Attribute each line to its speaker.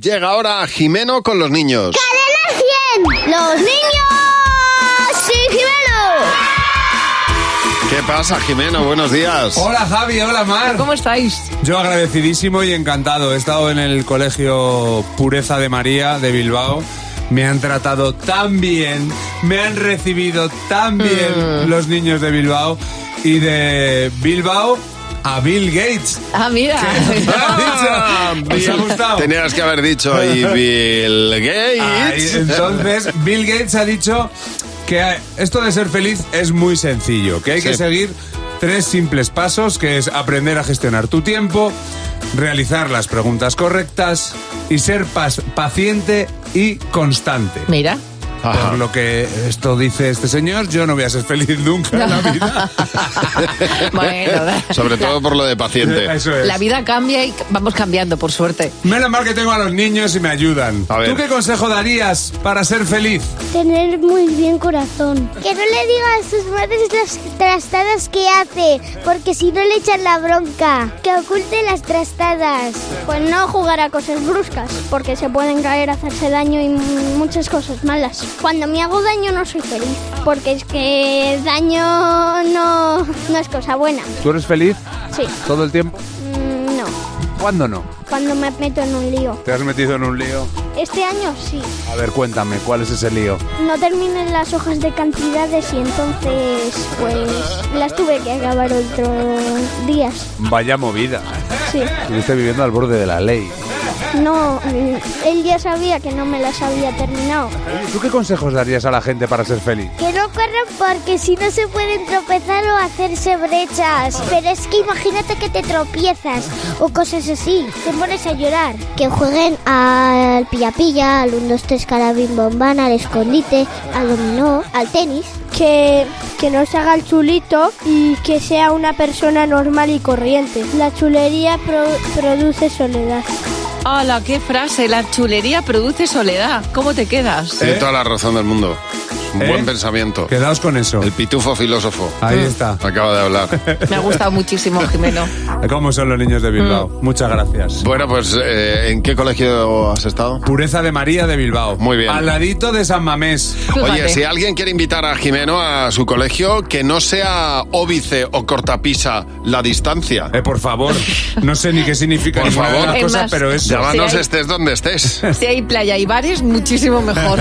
Speaker 1: Llega ahora Jimeno con los niños.
Speaker 2: ¡Cadena 100! ¡Los niños! ¡Sí, Jimeno!
Speaker 1: ¿Qué pasa, Jimeno? Buenos días.
Speaker 3: Hola Javi, hola Mar.
Speaker 4: ¿Cómo estáis?
Speaker 3: Yo agradecidísimo y encantado. He estado en el colegio Pureza de María de Bilbao. Me han tratado tan bien, me han recibido tan bien los niños de Bilbao y de Bilbao a Bill Gates.
Speaker 4: Ah, mira.
Speaker 3: ¿Qué has dicho? ¿Os ha gustado?
Speaker 1: Tenías que haber dicho y Bill Gates.
Speaker 3: Ay, entonces, Bill Gates ha dicho que esto de ser feliz es muy sencillo, que hay que
Speaker 1: Sí.
Speaker 3: seguir tres simples pasos, que es aprender a gestionar tu tiempo, realizar las preguntas correctas y ser pas- paciente y constante.
Speaker 4: Mira.
Speaker 1: Ajá.
Speaker 3: Por lo que esto dice este señor, yo no voy a ser feliz nunca en la vida.
Speaker 4: Bueno, da-
Speaker 1: Sobre todo por lo de paciente.
Speaker 3: Eh, Eso es.
Speaker 4: la vida cambia y vamos cambiando, por suerte.
Speaker 3: Menos mal que tengo a los niños y me ayudan.
Speaker 1: A ver.
Speaker 3: ¿Tú qué consejo darías para ser feliz?
Speaker 2: Tener muy bien corazón. Que no le diga a sus madres las trastadas que hace, porque si no le echan la bronca. Que oculte las trastadas. Pues no jugar a cosas bruscas, porque se pueden caer, hacerse daño y muchas cosas malas. Cuando me hago daño no soy feliz, porque es que daño no, no es cosa buena.
Speaker 3: ¿Tú eres feliz
Speaker 2: Sí,
Speaker 3: todo el tiempo?
Speaker 2: mm, no,
Speaker 3: ¿Cuándo no?
Speaker 2: cuando me meto en un lío.
Speaker 3: ¿Te has metido en un lío?
Speaker 2: Este año sí.
Speaker 3: A ver, cuéntame, ¿cuál es ese lío?
Speaker 2: No terminé las hojas de cantidades y entonces pues las tuve que acabar otros días.
Speaker 3: Vaya movida.
Speaker 2: Sí.
Speaker 3: Estuviste viviendo al borde de la ley.
Speaker 2: No, mm, él ya sabía que no me las había terminado.
Speaker 3: ¿Tú qué consejos darías a la gente para ser feliz?
Speaker 2: Que no corran porque si no se pueden tropezar o hacerse brechas. Pero es que imagínate que te tropiezas o cosas así. Te pones a llorar. Que jueguen al pilla-pilla, al 1, 2, 3, carabín bombana, al escondite, al dominó, al tenis. Que, que no se haga el chulito y que sea una persona normal y corriente. La chulería produce soledad.
Speaker 4: Hola, qué frase. La chulería produce soledad. ¿Cómo te quedas?
Speaker 1: Tiene toda la razón del mundo. Un
Speaker 3: ¿Eh?
Speaker 1: buen pensamiento.
Speaker 3: Quedaos con eso.
Speaker 1: El pitufo filósofo
Speaker 3: Ahí está.
Speaker 1: acaba de hablar.
Speaker 4: Me ha gustado muchísimo, Jimeno.
Speaker 3: ¿Cómo son los niños de Bilbao? Muchas gracias.
Speaker 1: Bueno, pues, eh, ¿en qué colegio has estado?
Speaker 3: Pureza de María de Bilbao.
Speaker 1: Muy bien.
Speaker 3: Al ladito de San Mamés.
Speaker 4: Fíjate.
Speaker 1: Oye, si alguien quiere invitar a Jimeno a su colegio, que no sea óbice o cortapisa la distancia.
Speaker 3: Eh, por favor. No sé ni qué significa
Speaker 1: Por
Speaker 3: ninguna de
Speaker 1: favor.
Speaker 3: las
Speaker 4: Es
Speaker 3: cosas,
Speaker 4: más,
Speaker 3: pero eso.
Speaker 4: ya va.
Speaker 1: Llámanos
Speaker 4: Sí, hay-
Speaker 1: estés donde estés.
Speaker 4: Si hay playa y bares, muchísimo mejor.